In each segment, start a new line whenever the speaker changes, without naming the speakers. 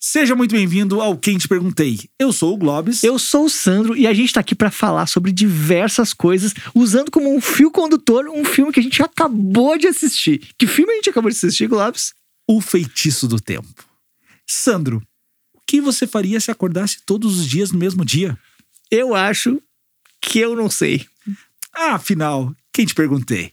Seja muito bem-vindo ao Quem Te Perguntei. Eu sou o Globes.
Eu sou o Sandro e a gente tá aqui pra falar sobre diversas coisas, usando como um fio condutor um filme que a gente acabou de assistir. Que filme a gente acabou de assistir, Globes?
O Feitiço do Tempo. Sandro, o que você faria se acordasse todos os dias no mesmo dia?
Eu acho que eu não sei.
Ah, afinal, quem te perguntei?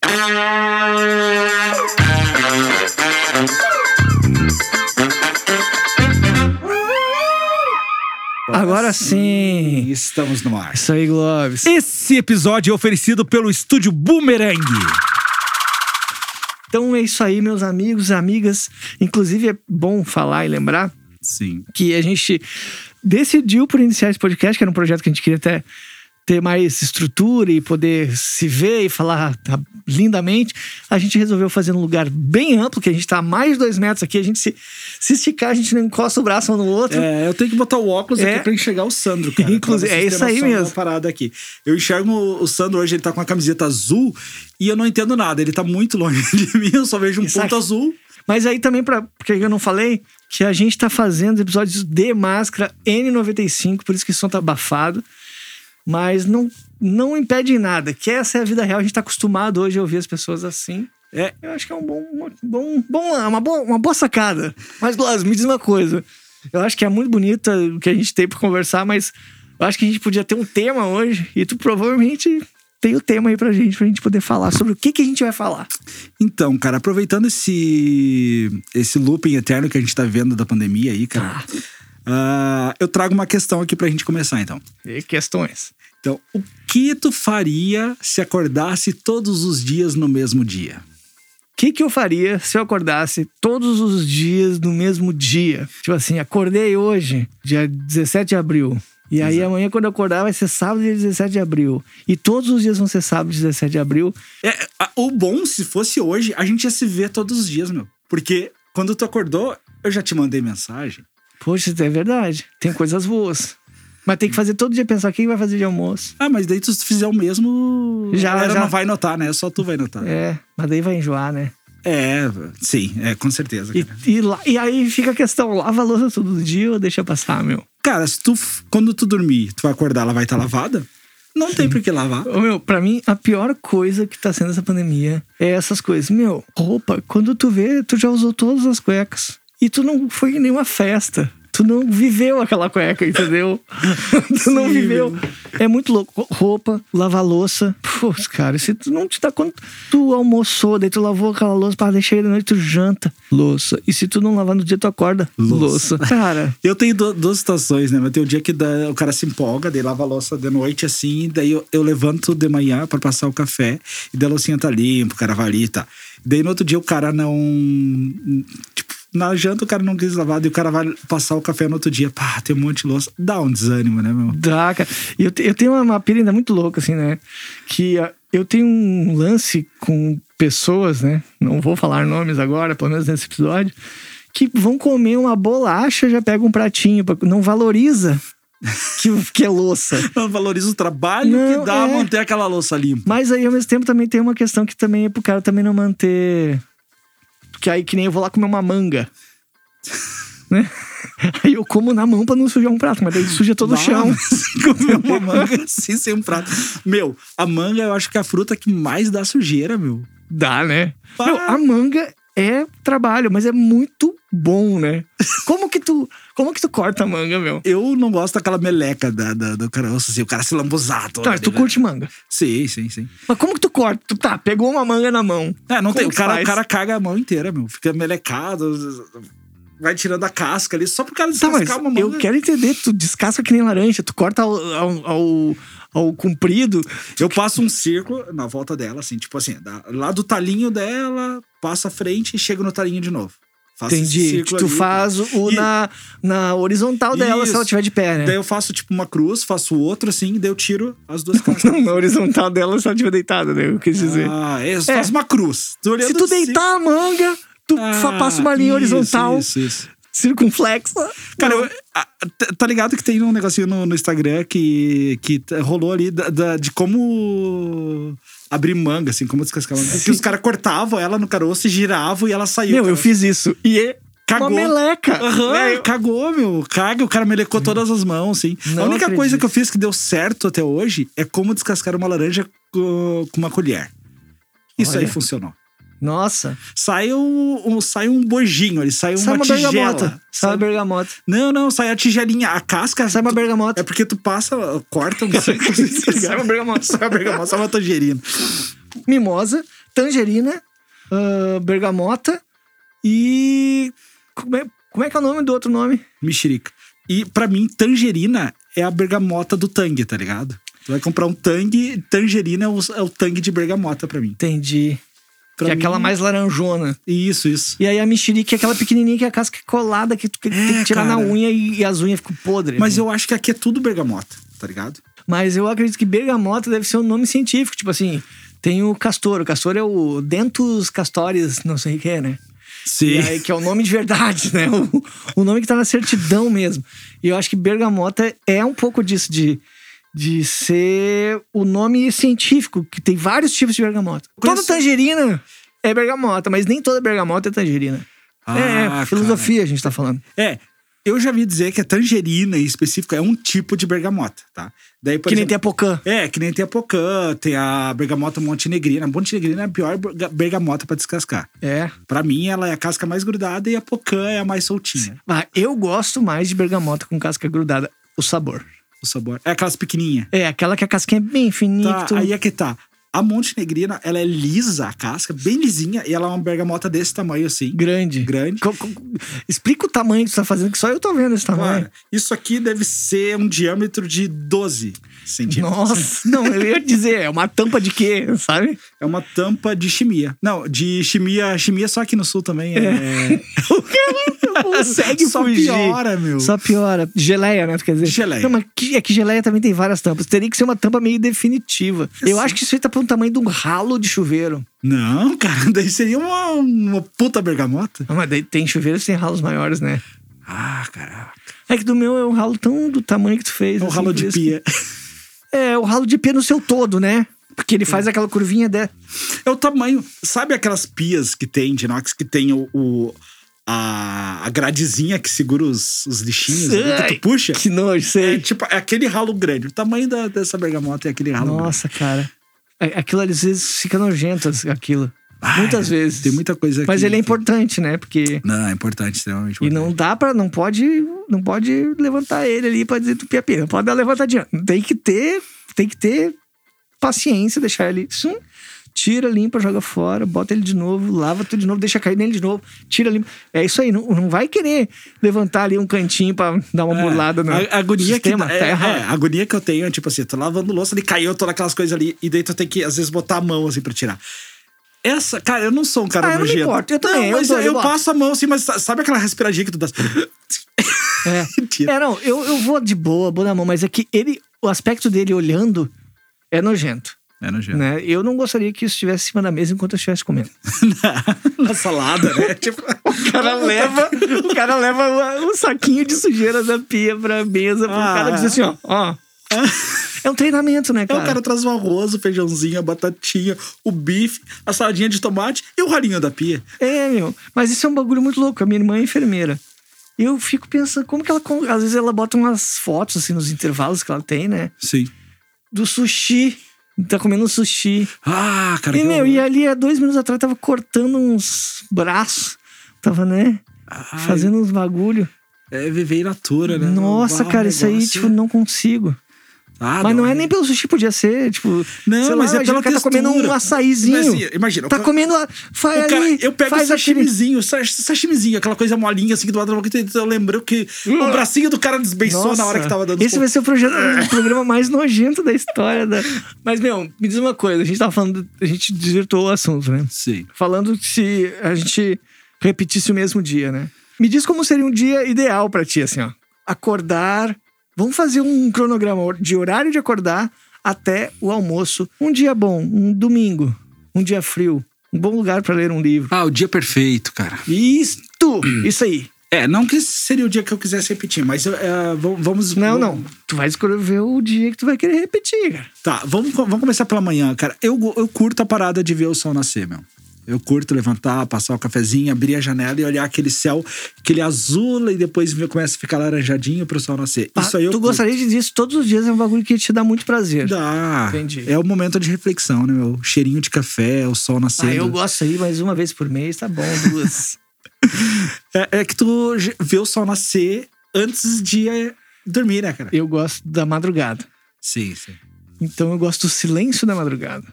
Agora sim.
Estamos no ar.
Isso aí, Globes.
Esse episódio é oferecido pelo estúdio Boomerang.
Então é isso aí, meus amigos, amigas. Inclusive, é bom falar e lembrar
Sim.
que a gente decidiu por iniciar esse podcast, que era um projeto que a gente queria até ter mais estrutura e poder se ver e falar tá, lindamente. A gente resolveu fazer num lugar bem amplo, que a gente tá a mais de dois metros aqui. A gente se, se esticar, a gente não encosta o braço um no outro.
É, eu tenho que botar o óculos
É.
aqui pra enxergar o Sandro, cara.
Inclusive,
pra vocês
é isso
terem
aí
noção da
mesmo.
parada aqui. Eu enxergo o o Sandro hoje, ele tá com a camiseta azul e eu não entendo nada. Ele tá muito longe de mim, eu só vejo um
Isso
ponto
aqui.
azul.
Mas aí também, pra, porque eu não falei, que a gente tá fazendo episódios de máscara N95, por isso que o som tá abafado. Mas não, não impede em nada, que essa é a vida real. A gente tá acostumado hoje a ouvir as pessoas assim.
É.
Eu acho que é um bom, uma, bom, bom uma, boa, uma boa sacada. Mas, Gloss, me diz uma coisa. Eu acho que é muito bonita o que a gente tem pra conversar, mas eu acho que a gente podia ter um tema hoje. E tu provavelmente tem o tema aí pra gente, pra gente poder falar sobre o que, que a gente vai falar.
Então, cara, aproveitando esse, esse looping eterno que a gente tá vendo da pandemia aí, cara, ah, eu trago uma questão aqui pra gente começar, então.
E questões.
Então, o que tu faria se acordasse todos os dias no mesmo dia?
O que, que eu faria se eu acordasse todos os dias no mesmo dia? Tipo assim, acordei hoje, dia 17 de abril. E aí amanhã, quando eu acordar, vai ser sábado, dia 17 de abril. E todos os dias vão ser sábado, 17 de abril.
É, a- o bom, se fosse hoje, a gente ia se ver todos os dias, meu. Porque quando tu acordou, eu já te mandei mensagem.
Poxa, isso é verdade. Tem coisas boas. Mas tem que fazer todo dia pensar o que vai fazer de almoço.
Ah, mas daí tu se fizer o mesmo,
Já,
a galera
já.
não vai notar, né? Só tu vai notar. É,
É, mas daí vai enjoar, né?
sim, é, com certeza,
E,
cara.
e lá- e aí fica a questão: lava a louça todo dia ou deixa passar, meu?
Cara, se tu, f- quando tu dormir, tu vai acordar, ela vai estar lavada? Não tem por que lavar.
Ô, meu, pra mim, a pior coisa que tá sendo essa pandemia é essas coisas. Meu, roupa, quando tu vê, tu já usou todas as cuecas. E tu não foi em nenhuma festa. Tu não viveu aquela cueca, entendeu? tu não
Sim,
viveu. É muito louco. Ro- Roupa, lavar louça. Putz, cara, se tu não te dá conta. Tu almoçou, daí tu lavou aquela louça, pá, deixa aí da noite, tu janta. Louça. E se tu não lavar no dia, tu acorda.
Louça.
Louça. Cara,
Eu tenho du- duas situações, né? Mas tem o dia que dá- o cara se empolga, daí lava a louça de noite, assim, daí eu, eu levanto de manhã pra passar o café, e daí a loucinha tá limpa, o cara vai ali, tá. Daí no outro dia o cara não. Tipo, na janta o cara não quis lavar, daí o cara vai passar o café no outro dia, pá, tem um monte de louça. Dá um desânimo, né, meu?
Dá, cara. E Eu, te- eu tenho uma, uma pira ainda muito louca, assim, né? Que ah, eu tenho um lance com pessoas, né? Não vou falar nomes agora, pelo menos nesse episódio, que vão comer uma bolacha, já pega um pratinho, pra- não valoriza que, que é louça.
Não valoriza o trabalho
Não,
que dá
é.
manter aquela louça limpa.
Mas aí, ao mesmo tempo, também tem uma questão que também é pro cara também não manter. Que aí, que nem eu vou lá comer uma manga. né? Aí eu como na mão pra não sujar um prato, mas daí suja todo o
Bah,
chão. assim,
mas Comer uma manga assim, sem um prato. Meu, a manga eu acho que é a fruta que mais dá sujeira, meu.
Dá, né?
Pá.
Meu, a manga é trabalho, mas é muito bom, né? Como que tu, como que tu corta a manga, meu?
Eu não gosto daquela meleca da, da- do cara, assim, o cara se lambuzar todo.
Tá, tu curte manga.
Sim, sim, sim.
Mas como que tu corta? Tu tá, pegou uma manga na mão.
É, não
Como
tem, o,
que
cara, o
faz?
cara caga a mão inteira, meu. Fica melecado, vai tirando a casca ali, só pro cara
Tá,
descascar
mas
uma mão.
eu quero entender, tu descasca que nem laranja, tu corta ao, ao, ao, ao comprido.
Eu passo um círculo na volta dela, assim, tipo assim, da- lá do talinho dela, passa a frente e chego no talinho de novo. Faço esse
Entendi.
círculo
Tu
ali, tá.
faz o
E-
na, na horizontal dela se
Isso.
ela tiver de pé, né?
Daí eu faço tipo uma cruz, faço outro assim, daí eu tiro as duas cascas.
Na horizontal dela se ela tiver deitada, né? Eu quis dizer.
Ah, é,
É.
faz uma cruz.
se tu deitar a manga, tu fa- passa uma linha horizontal,
assim. Ah, Isso, isso.
circunflexa.
Cara, eu- a- t- tá ligado que tem um negocinho no, no Instagram que, que t- rolou ali da- da- de como abrir manga, assim, como descascar manga. Que os caras cortavam ela no caroço e giravam e ela saiu.
Meu,
cara.
eu fiz isso. E é
Cagou.
Então, Uma meleca.
Aham, É,
né?
cagou, meu. Caga, o cara melecou todas as mãos, sim.
Não
a única
acredito.
coisa que eu fiz que deu certo até hoje é como descascar uma laranja co- com uma colher. Isso aí
Olha.
funcionou.
Nossa.
Sai um, um- sai um bojinho ali, sai,
sai
uma,
uma
tigela.
bergamota. Sai uma
Sai-
bergamota.
Não, não, sai a tigelinha. A casca
Sai uma
É
bergamota.
porque tu passa, corta um cinco,
sai uma bergamota.
Sai uma bergamota, sai uma tangerina.
Mimosa, tangerina, ah, bergamota e. Como é, como é que é o nome do outro nome?
Mexerica. E pra mim, tangerina é a bergamota do tangue, tá ligado? Tu vai comprar um tangue, tangerina é o, é o tangue de bergamota pra mim.
Entendi.
Pra
que é
mim-
aquela mais laranjona.
Isso, isso.
E aí a mexerica é aquela pequenininha que é a casca colada que tu que tem que tirar na
cara.
unha e, e as unhas ficam podres.
Mas
assim.
eu acho que aqui é tudo bergamota, tá ligado?
Mas eu acredito que bergamota deve ser um nome científico. Tipo assim, tem o castor. O castor é o Dentus castores, não sei o que, né? E
Sim.
aí, que é o nome de verdade, né? O, o nome que tá na certidão mesmo. E eu acho que bergamota é um pouco disso, de, de ser o nome científico, que tem vários tipos de bergamota.
Conheço-
Toda tangerina é bergamota, mas nem toda bergamota é tangerina.
Ah,
é, filosofia a gente tá falando.
É, eu já vi dizer que a tangerina em específico é um tipo de bergamota, tá? Daí, por
que nem
exemplo,
tem a pocã.
É, que nem tem a Pocã, tem a bergamota montenegrina. A montenegrina é a pior berga- bergamota pra descascar.
É.
Pra mim, ela é a casca mais grudada e a Pocã é a mais soltinha.
Ah, eu gosto mais de bergamota com casca grudada. O sabor.
O sabor. É aquelas pequenininha.
É, aquela que a casquinha é bem fininha.
Tá,
que tu-
aí é que tá. A montenegrina, ela é lisa, a casca, bem lisinha, e ela é uma bergamota desse tamanho assim,
Grande.
grande.
Co- co- Explica o tamanho que tu tá fazendo, que só eu tô vendo esse tamanho.
Cara, isso aqui deve ser um diâmetro de 12 centímetros.
Nossa, não, eu ia dizer, é uma tampa de quê, sabe?
É uma tampa de chimia. Não, de chimia, chimia só aqui no sul também. É.
O cara não consegue
Só
fugir.
piora, meu.
Só piora. Geleia, né? tu Quer dizer,
Geleia.
Não, mas que- é que geleia também tem várias tampas. Teria que ser uma tampa meio definitiva. Eu acho que isso aí tá pro tamanho de um ralo de chuveiro.
Não, cara, daí seria uma, uma puta bergamota.
Ah, Mas daí tem chuveiros tem ralos maiores, né?
Ah, caraca.
É que do meu é um ralo tão do tamanho que tu fez.
É um
assim,
ralo
por
de
isso
pia.
que- É, o ralo de pia no seu todo, né? Porque ele faz aquela curvinha de...
É o tamanho. Sabe aquelas pias que tem de inox que tem o. o- a, a gradezinha que segura os, os lixinhos ali, que
Ai,
tu né? puxa?
Que nojo,
É
sei.
tipo, é aquele ralo grande. O tamanho da- dessa bergamota é aquele ralo grande.
Nossa, cara. A- Aquilo às vezes fica nojento, aquilo. Muitas vezes.
Tem muita coisa aqui.
Mas ele é importante, né? Porque.
Não, é importante, extremamente
E
importante.
não dá pra. Não pode. Não pode levantar ele ali pra dizer tu pia Não pode dar uma levantadinha. Tem que ter. Tem que ter paciência, deixar ele. Hum, tira, limpa, joga fora, bota ele de novo, lava tudo de novo, deixa cair nele de novo, tira, limpa. É isso aí. Não, não vai querer levantar ali um cantinho pra dar uma
É,
burlada no
a, a agonia
sistema.
que,
tá
é,
errado.
é, a agonia que eu tenho é tipo assim, tô lavando louça, ele caiu todas aquelas coisas ali, e daí tu tem que, às vezes, botar a mão assim pra tirar. Essa, cara, eu não sou um cara
Ah, eu não me
nojento.
importo, eu também, eu
mas
dou, eu boto.
passo a mão assim, mas sa- sabe aquela respiradinha que tu dá?
É.
Tira.
É, não, eu, eu vou de boa, vou na mão, mas é que ele, o aspecto dele olhando é nojento.
É nojento.
Né? Eu não gostaria que isso estivesse em cima da mesa enquanto eu estivesse comendo.
Na salada, né? tipo,
O cara leva, o cara leva um saquinho de sujeira da pia pra mesa, pro
Ah.
cara dizer assim, ó, ó. É um treinamento, né,
é o
cara?
cara traz o arroz, o feijãozinho, a batatinha, o bife, a saladinha de tomate e o ralinho da pia.
É, meu. Mas isso é um bagulho muito louco. A minha irmã é enfermeira. Eu fico pensando, como que ela. con- Às vezes ela bota umas fotos, assim, nos intervalos que ela tem, né?
Sim.
Do sushi. Tá comendo sushi.
Ah, cara.
E,
que
meu,
horror.
e ali há dois minutos atrás tava cortando uns braços. Tava, né?
Ai,
Fazendo uns bagulho.
É viver in natura, né?
Nossa,
Bah,
cara,
o
isso aí,
negócio-
tipo, não consigo.
Ah,
mas não é
dói.
nem pelo sushi, podia ser, tipo.
Não,
sei lá,
mas é
imagina
pela
o cara
textura.
tá comendo um
Mas,
açaizinho.
assim, imagina, o
Tá
ca-
comendo. A... Faz
O cara,
ali,
eu pego o
faz aquele-
sashimizinho, sash- sashimizinho, aquela coisa molinha assim que do lado da boca. Eu lembro que o bracinho do cara desbeiçou
Hum. Nossa,
na hora que tava dando
Esse vai ser o, projeto, o programa mais nojento da história. Da... Mas, meu, me diz uma coisa. A gente tava falando. A gente desvirtuou o assunto, né?
Sim.
falando se a gente repetisse o mesmo dia, né? Me diz como seria um dia ideal pra ti, assim, ó. Acordar. Vamos fazer um cronograma de horário de acordar até o almoço. Um dia bom, um domingo, um dia frio, um bom lugar pra ler um livro.
Ah, o dia perfeito, cara.
Isto! Isso aí.
É, não que esse seria o dia que eu quisesse repetir, mas eh, v- vamos. vamos-
Não, não. Tu vai escrever o dia que tu vai querer repetir, cara.
Tá, vamos, co- vamos começar pela manhã, cara. Eu, go- eu curto a parada de ver o sol nascer, meu. Eu curto levantar, passar o cafezinho, abrir a janela e olhar aquele céu, aquele azul, e depois começa a ficar laranjadinho pro sol nascer.
Ah,
Isso aí eu
tu
curto.
gostaria de disso todos os dias, é um bagulho que te dá muito prazer.
Dá.
Entendi.
É o momento de reflexão, né, meu? Cheirinho de café, o sol nascendo.
Ah, eu gosto aí, mas uma vez por mês tá bom, duas.
É, é que tu ge- vê o sol nascer antes de é, dormir, né, cara?
eu gosto da madrugada.
Sim, sim.
Então eu gosto do silêncio da madrugada.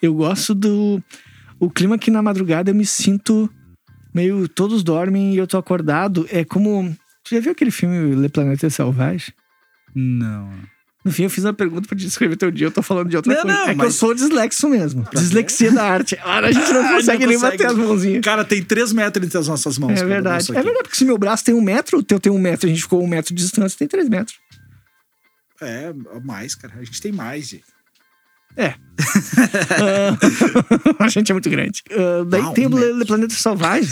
Eu gosto do o clima que na madrugada eu me sinto meio todos dormem e eu tô acordado. É como tu já viu aquele filme Le Planeta Selvagem?
Não.
No fim, eu fiz uma pergunta pra te descrever teu dia, eu tô falando de outra
Não,
coisa.
não,
é que eu
mas-
sou dislexo mesmo. Dislexia da arte. Agora a gente não
Ah,
consegue
não
nem
consegue.
bater as mãozinhas.
Cara, tem três metros entre as nossas mãos.
É
quando eu
verdade.
ouço
É
aqui.
verdade, porque se meu braço tem um metro, o teu tem um metro, a gente ficou um metro de distância, tem três metros.
É, mais, cara. A gente tem mais, gente.
Ah, a gente é muito grande. Ah, daí
Uau,
tem
um
o Le-
metro.
Le Planeta Selvagem.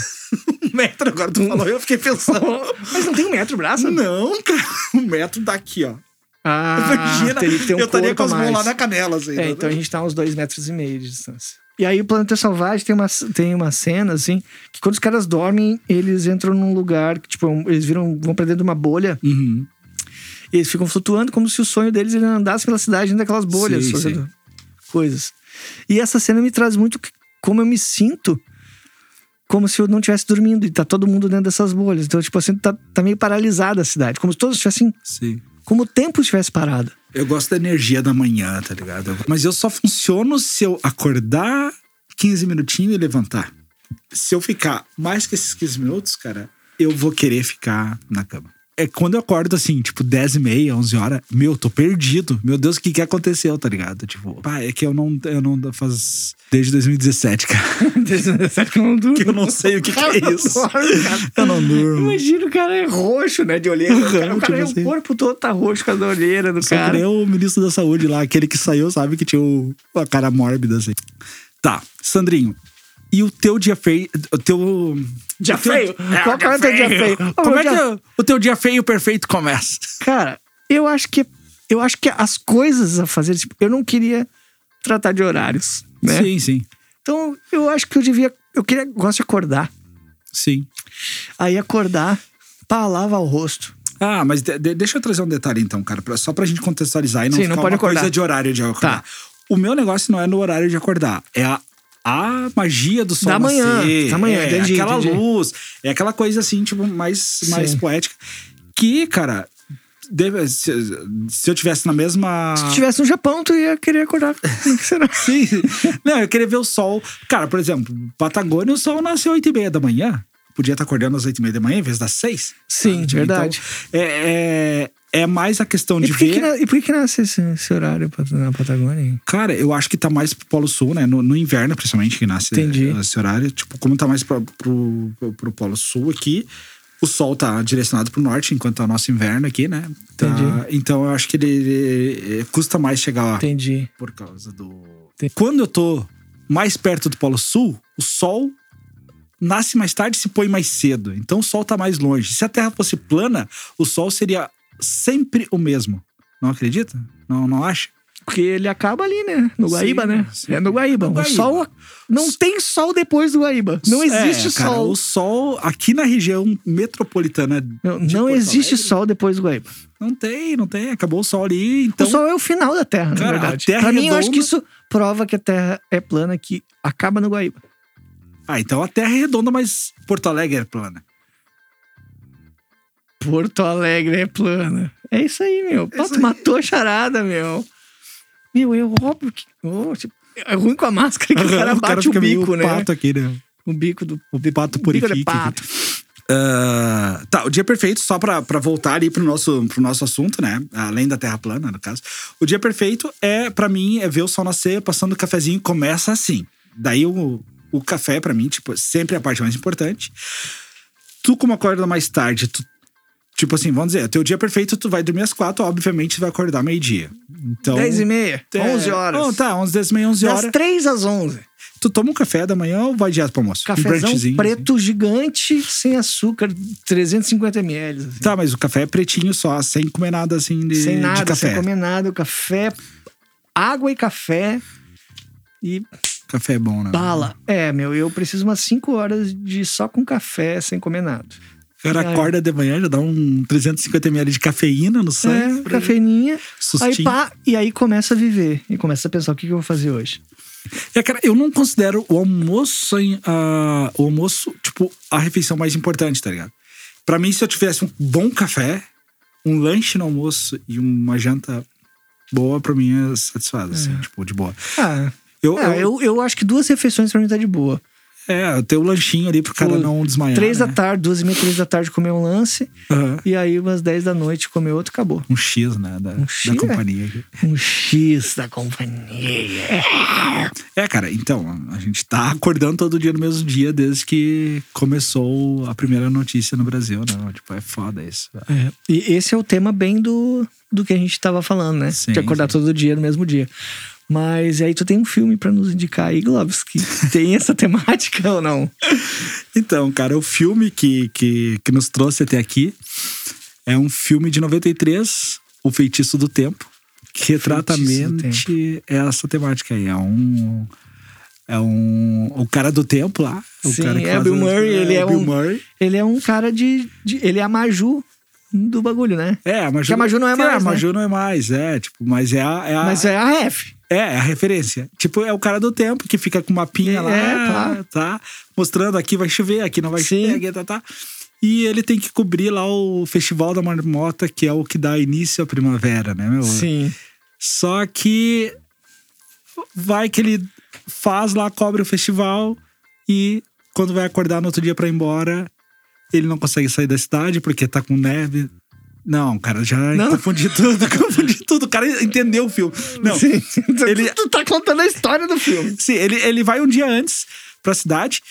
Um metro agora tu falou, eu fiquei pensando.
Mas não tem um metro o braço?
Não, cara. Um metro daqui, ó.
Ah,
Imagina,
teria que ter um
eu estaria
corpo
com as
a
mãos lá
mais.
na canela, assim.
É,
né?
então a gente tá a uns dois metros e meio de distância. E aí o Planeta Selvagem tem uma, tem uma cena, assim, que quando os caras dormem, eles entram num lugar que, tipo, é um- eles viram, vão pra dentro de uma bolha
Uhum.
e eles ficam flutuando como se o sonho deles ele andasse pela cidade dentro daquelas bolhas,
Sim,
fazendo coisas. E essa cena me traz muito que- como eu me sinto como se eu não estivesse dormindo e tá todo mundo dentro dessas bolhas. Então, tipo assim, tá, tá meio paralisada a cidade, como se todos estivessem,
Sim.
como o tempo estivesse parado.
Eu gosto da energia da manhã, tá ligado? Mas eu só funciono se eu acordar 15 minutinhos e levantar. Se eu ficar mais que esses 15 minutos, cara, eu vou querer ficar na cama. É quando eu acordo assim, tipo 10 e meia, 11 horas, meu, tô perdido. Meu Deus, o que que aconteceu, tá ligado? Tipo, pá, é que eu não, eu não faz desde 2017, cara,
Sério que eu não durmo.
que eu não sei o que que é isso.
Cara,
Eu não durmo.
Imagina, o cara é roxo, é né? De olheira. O cara, o cara é
tipo assim.
o corpo todo tá roxo com a olheira do
Só que
cara.
nem o ministro da saúde lá, aquele que saiu, sabe, que tinha o, a cara mórbida, assim. Tá, Sandrinho, e o teu dia feio. O teu.
Dia
o teu-
feio?
É,
Qual
o
que é o teu dia feio?
Como
Ô,
é que
dia-
o- o teu dia feio perfeito começa?
Cara, eu acho que eu acho que as coisas a fazer, tipo, eu não queria tratar de horários, né?
Sim, sim.
Então, eu acho que eu devia, eu queria gosto de acordar.
Sim.
Aí acordar, pá, lavar o rosto.
Ah, mas de- de- deixa eu trazer um detalhe então, cara, pra- só pra gente contextualizar e não
Sim,
ficar
não pode
uma
acordar.
coisa de horário de acordar.
Tá.
O meu negócio não é no horário de acordar, é a, a magia do sol
Da manhã,
nascer,
da manhã,
é
entendi,
aquela
entendi.
luz, é aquela coisa assim, tipo, mais, mais
Sim.
poética. Que, cara, deve- se, se eu tivesse na mesma...
Se tivesse no Japão, tu ia querer acordar. O que assim. será?
Sim. Não, eu queria ver o sol. Cara, por exemplo, Patagônia, o sol nasceu às 8h30 da manhã. Podia estar acordando às 8h30 da manhã em vez das 6.
Sim, verdade.
é, é, é mais a questão
E
de
por que,
ver.
que, na- e por que que nasce esse, esse horário pat- na Patagônia? hein?
Cara, eu acho que tá mais pro Polo Sul, né? No, no inverno, principalmente, que nasce
Entendi.
esse horário. Tipo, como tá mais pro, pro, pro- pro Polo Sul aqui, o sol tá direcionado pro norte, enquanto é o nosso inverno aqui, né? Tá-
Entendi.
Então eu acho que ele, ele- custa mais chegar lá.
Entendi.
Por causa do.
Entendi.
Quando eu tô mais perto do Polo Sul, o sol nasce mais tarde e se põe mais cedo. Então o sol tá mais longe. Se a Terra fosse plana, o sol seria sempre o mesmo. Não acredita? Não, não acha?
Porque ele acaba ali, né? No
Sim,
Guaíba, né?
sim.
É no Guaíba.
No
O
Guaíba.
sol. Não tem sol depois do Guaíba. Não existe
É, cara,
sol.
O sol aqui na região metropolitana.
Não,
de
não
Porto
existe
Alegre,
sol depois do Guaíba.
Não tem, não tem. Acabou o sol ali, então.
o sol é o final da Terra, na
Cara, a
verdade.
Terra
pra mim, eu
redonda-
acho que isso prova que a Terra é plana, que acaba no Guaíba.
Ah, então a Terra é redonda, mas Porto Alegre é plana.
Porto Alegre é plana. É isso aí, meu. Pô,
isso
tu
aí.
matou a charada, meu. Meu, é óbvio que. Ô, tipo, é ruim com a máscara que o cara
O
bate o,
fica meio
bico, né?
Pato aqui, né?
O bico do.
O pato
O bico de
purifica.
pato.
Ah, tá, o dia perfeito, só pra, pra voltar ali pro nosso, pro nosso assunto, né? Além da Terra plana, no caso. O dia perfeito é, pra mim, é ver o sol nascer, passando o cafezinho, começa assim. Daí o, o café, pra mim, tipo, sempre é a parte mais importante. Tu, como acorda mais tarde, tu, tipo assim, vamos dizer, teu dia perfeito, tu vai dormir às quatro, obviamente, tu vai acordar meio-dia. Então.
10 e meia, 11 horas.
Oh, tá, 11, 10 e meia, 11
Das
horas.
3 às 11.
Tu toma um café da manhã ou vai direto pro almoço? um
Cafezão
brunchzinho, assim.
preto gigante, sem açúcar, 350 ml. assim.
Tá, mas o café é pretinho só, sem comer nada assim de,
sem
de
nada,
café.
sem comer nada. O café, água e café. E
Café é bom, né?
Bala. É, meu, eu preciso umas 5 horas de só com café, sem comer nada.
O cara
Ai.
acorda de manhã, já dá um 350ml de cafeína no sangue.
É, cafeininha. Aí
Sustinho.
pá, e aí começa a viver. E começa a pensar o que, que eu vou fazer hoje.
É, cara, eu não considero o almoço, em, ah, o almoço, tipo, a refeição mais importante, tá ligado? Pra mim, se eu tivesse um bom café, um lanche no almoço e uma janta boa, pra mim é satisfaz, assim, tipo, de boa.
Ah,
Eu, eu,
ah, eu, eu acho que duas refeições pra mim tá de boa.
é, eu tenho o lanchinho ali pro cara
Tipo,
não desmaiar.
Três
né?
da tarde, duas e meia, três da tarde comer um lance.
Aham.
E aí umas dez da noite comer outro, acabou.
Um X, né? Da,
X,
da
é.
companhia.
Um X da companhia.
É, cara, então, a gente tá acordando todo dia no mesmo dia desde que começou a primeira notícia no Brasil, né? Tipo, é foda isso.
É, E esse é o tema bem do, do que a gente tava falando, né?
Sim,
de acordar todo dia no mesmo dia. Mas aí tu tem um filme pra nos indicar aí, Globes, que tem essa temática ou não?
Então, cara, o filme que, que, que nos trouxe até aqui é um filme de 93, O Feitiço do Tempo, que retrata
Feitiço do
mente essa temática aí. É um. É um. O cara do tempo lá. O
Sim,
cara que
é
faz
Bill
as-
Murray, ele é
Bill
um-
Murray.
Ele é um cara de, de- Ele é a Maju do bagulho, né?
É, a Maju,
Que a Maju não é mais,
a
né?
Maju não é mais, é. Tipo, mas é a. É a,
Mas
é...
é a ref.
a referência. Tipo, é o cara do tempo que fica com uma pinha
É,
lá,
tá.
tá? Mostrando aqui vai chover, aqui não vai
Sim.
chover, aqui tá, tá. E ele tem que cobrir lá o Festival da Marmota, que é o que dá início à primavera, né,
é.
meu?
Sim.
Só que vai que ele faz lá, cobre o festival e quando vai acordar no outro dia pra ir embora, ele não consegue sair da cidade porque tá com neve. Não, cara, já
Não.
confundi tudo, confundi tudo. O cara entendeu o filme. Não,
Sim.
Ele-
Ele... Tu tá contando a história do filme.
Sim, ele, ele vai um dia antes pra cidade,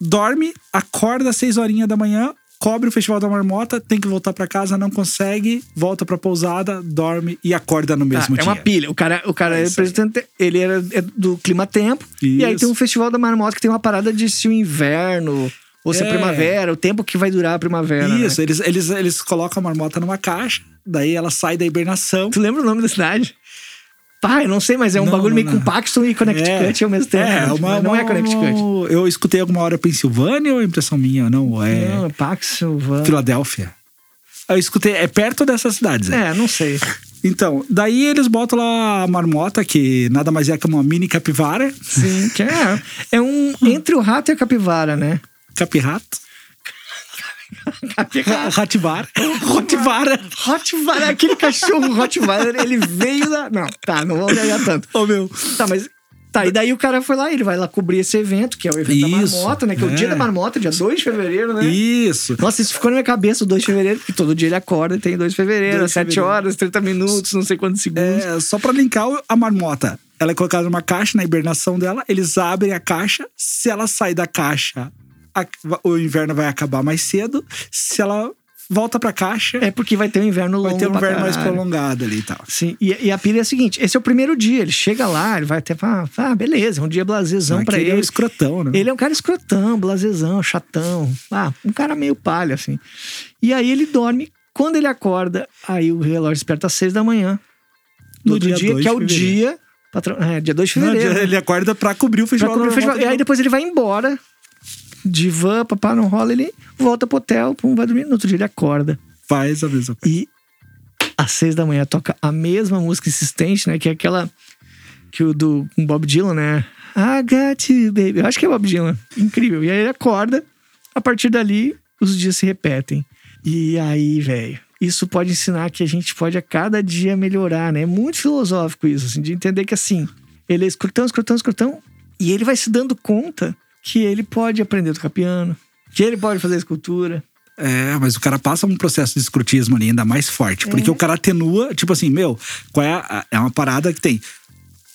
dorme, acorda às 6 horinhas da manhã, cobre o Festival da Marmota, tem que voltar pra casa, não consegue, volta pra pousada, dorme e acorda no
Tá,
mesmo
é
dia.
uma pilha. O cara, o cara
É
é
isso aí.
representante- ele era é do clima tempo. E aí
Isso.
tem um festival da marmota que tem uma parada de se o inverno ou se
É.
a primavera, o tempo que vai durar a primavera. né?
Isso, eles, eles, eles colocam a marmota numa caixa, daí ela sai da hibernação.
Tu lembra o nome da cidade? Pai, não sei, mas é um
Não,
bagulho
não,
meio
não.
com Paxton e Connecticut ao mesmo tempo.
É,
né?
uma,
Mas não
uma-
é Connecticut.
uma- eu escutei alguma hora Pensilvânia ou é impressão minha? Não, é
Não, é Paxton. Van-
Filadélfia. Eu escutei, é perto dessas cidades. né?
É, não sei.
Então, daí eles botam lá a marmota, que nada mais é que uma mini capivara,
Sim, que é. É um entre o rato e a capivara, né?
capirato,
Capivara.
rativara, rotivara.
Rottweiler, aquele cachorro Rottweiler, ele veio da. Não, tá, não vou olhar tanto.
Ô meu,
Tá, mas. Tá, e daí o cara foi lá, ele vai lá cobrir esse evento, que é o evento da
Isso,
marmota, né? Que é
é.
o dia da marmota, dia 2 de fevereiro, né?
isso.
Nossa, isso ficou na minha cabeça, o 2 de fevereiro, porque todo dia ele acorda e tem 2 de fevereiro,
Dois de
7
fevereiro.
horas, 30 minutos, não sei quantos segundos.
É, só pra linkar o- a marmota. Ela é colocada numa caixa, na hibernação dela, eles abrem a caixa. Se ela sair da caixa, a- o inverno vai acabar mais cedo. Se ela volta pra caixa,
É, porque vai ter um inverno longo.
vai ter um
pra
inverno mais
caralho.
prolongado ali e tal.
Sim, e, e a pilha é a seguinte: esse é o primeiro dia, ele chega lá, ele vai até falar, ah, beleza, é um dia blazezão
Mas
pra
que ele
ele.
é um escrotão, né?
Ele é um cara escrotão, blasezão, chatão. Ah, um cara meio palha, assim. E aí ele dorme. Quando ele acorda, aí o relógio desperta às seis da manhã.
No
Do outro
dia
dia,
dois
que é
de
o
fevereiro.
dia. Patro... É, dia 2 de
Não,
fevereiro.
ele acorda pra cobrir o
Pra
festival.
cobrir o
da
festival. E
marmota.
aí depois ele vai embora. De van, papá, não rola, ele volta pro hotel, pum, vai dormir. No outro dia ele acorda.
faz a mesma coisa.
E às seis da manhã toca a mesma música insistente, né? Que é aquela que o do com Bob Dylan, né? I got you, baby. Eu acho que é Bob Dylan. Incrível. E aí ele acorda. A partir dali, os dias se repetem. E aí, velho, isso pode ensinar que a gente pode a cada dia melhorar, né? É muito filosófico isso, assim, de entender que assim, ele é escrutão, escrutão, escrutão, e ele vai se dando conta que ele pode aprender a tocar piano, que ele pode fazer escultura.
É, mas o cara passa um processo de escrutismo ali ainda mais forte.
É.
Porque o cara atenua, tipo assim, meu, qual é a- é uma parada que tem.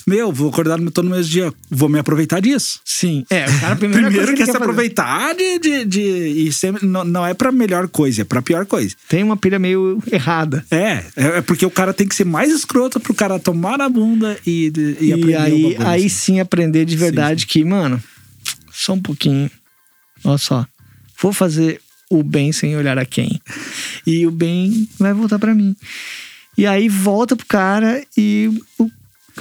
Meu, vou acordar no todo no mesmo dia, vou me aproveitar disso.
Sim, é, o cara primeiro
Primeiro que é
quer
se
fazer.
aproveitar de. de, de e ser- não, não é pra melhor coisa, é pra pior coisa.
Tem uma pilha meio errada.
É, é é porque o cara tem que ser mais escroto pro cara tomar na bunda e, de- e,
E,
aprender o
aí,
bagulho,
aí
assim.
sim aprender de verdade que, mano, só um pouquinho. Olha só. Vou fazer o bem sem olhar a quem. E o bem vai voltar pra mim. E aí volta pro cara e o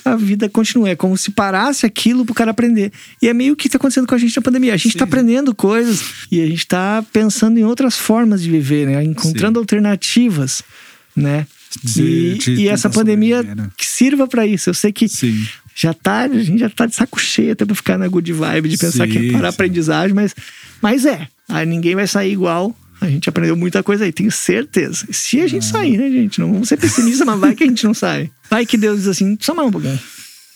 a vida continua. É como se parasse aquilo pro cara aprender. E é meio que tá acontecendo com a gente na pandemia. A gente
Sim.
tá aprendendo coisas e a gente tá pensando em outras formas de viver, né? Encontrando alternativas, né?
De-
e
de
e essa
tentar
pandemia
sobreviver, né?
que sirva pra isso. Eu sei que
Sim.
já tá, a gente já tá de saco cheio até pra ficar na good vibe, de pensar
Sim,
que é para
sim.
aprendizagem, mas, mas é. Aí ninguém vai sair igual. A gente aprendeu muita coisa aí, tenho certeza. Se a gente sair, né, gente? Não vamos ser pessimistas, mas vai que a gente não sai. Vai que Deus diz assim, só mais um pouquinho.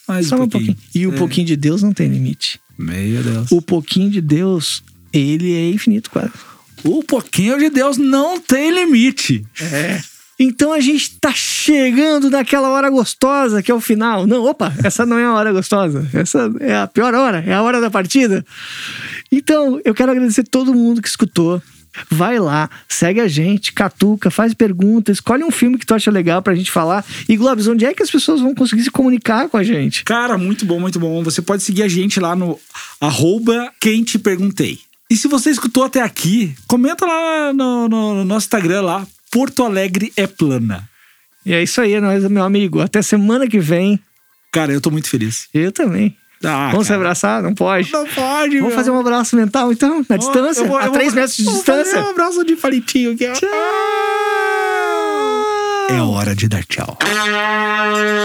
Mais
só mais um pouquinho. E o
É.
pouquinho de Deus não tem limite.
Meu Deus.
O pouquinho de Deus, ele é infinito quase.
O pouquinho de Deus não tem limite.
É. Então a gente tá chegando naquela hora gostosa que é o final. Não, opa, essa não é a hora gostosa. Essa é a pior hora, é a hora da partida. Então, eu quero agradecer todo mundo que escutou. Vai lá, segue a gente, catuca, faz perguntas, escolhe um filme que tu acha legal pra gente falar. E Globes, onde é que as pessoas vão conseguir se comunicar com a gente?
Cara, muito bom, muito bom. Você pode seguir a gente lá no arroba quem te perguntei. E se você escutou até aqui, comenta lá no, no- no nosso Instagram lá, Porto Alegre é plana.
E é isso aí, é nóis, meu amigo. Até semana que vem.
Cara, eu tô muito feliz.
Eu também.
Ah,
Vamos se
cara.
abraçar? Não pode.
Não pode,
Vamos fazer um abraço mental, então, na distância, a três metros de distância.
um abraço de palitinho aqui. ó.
Tchau!
É hora de dar tchau.
Tchau.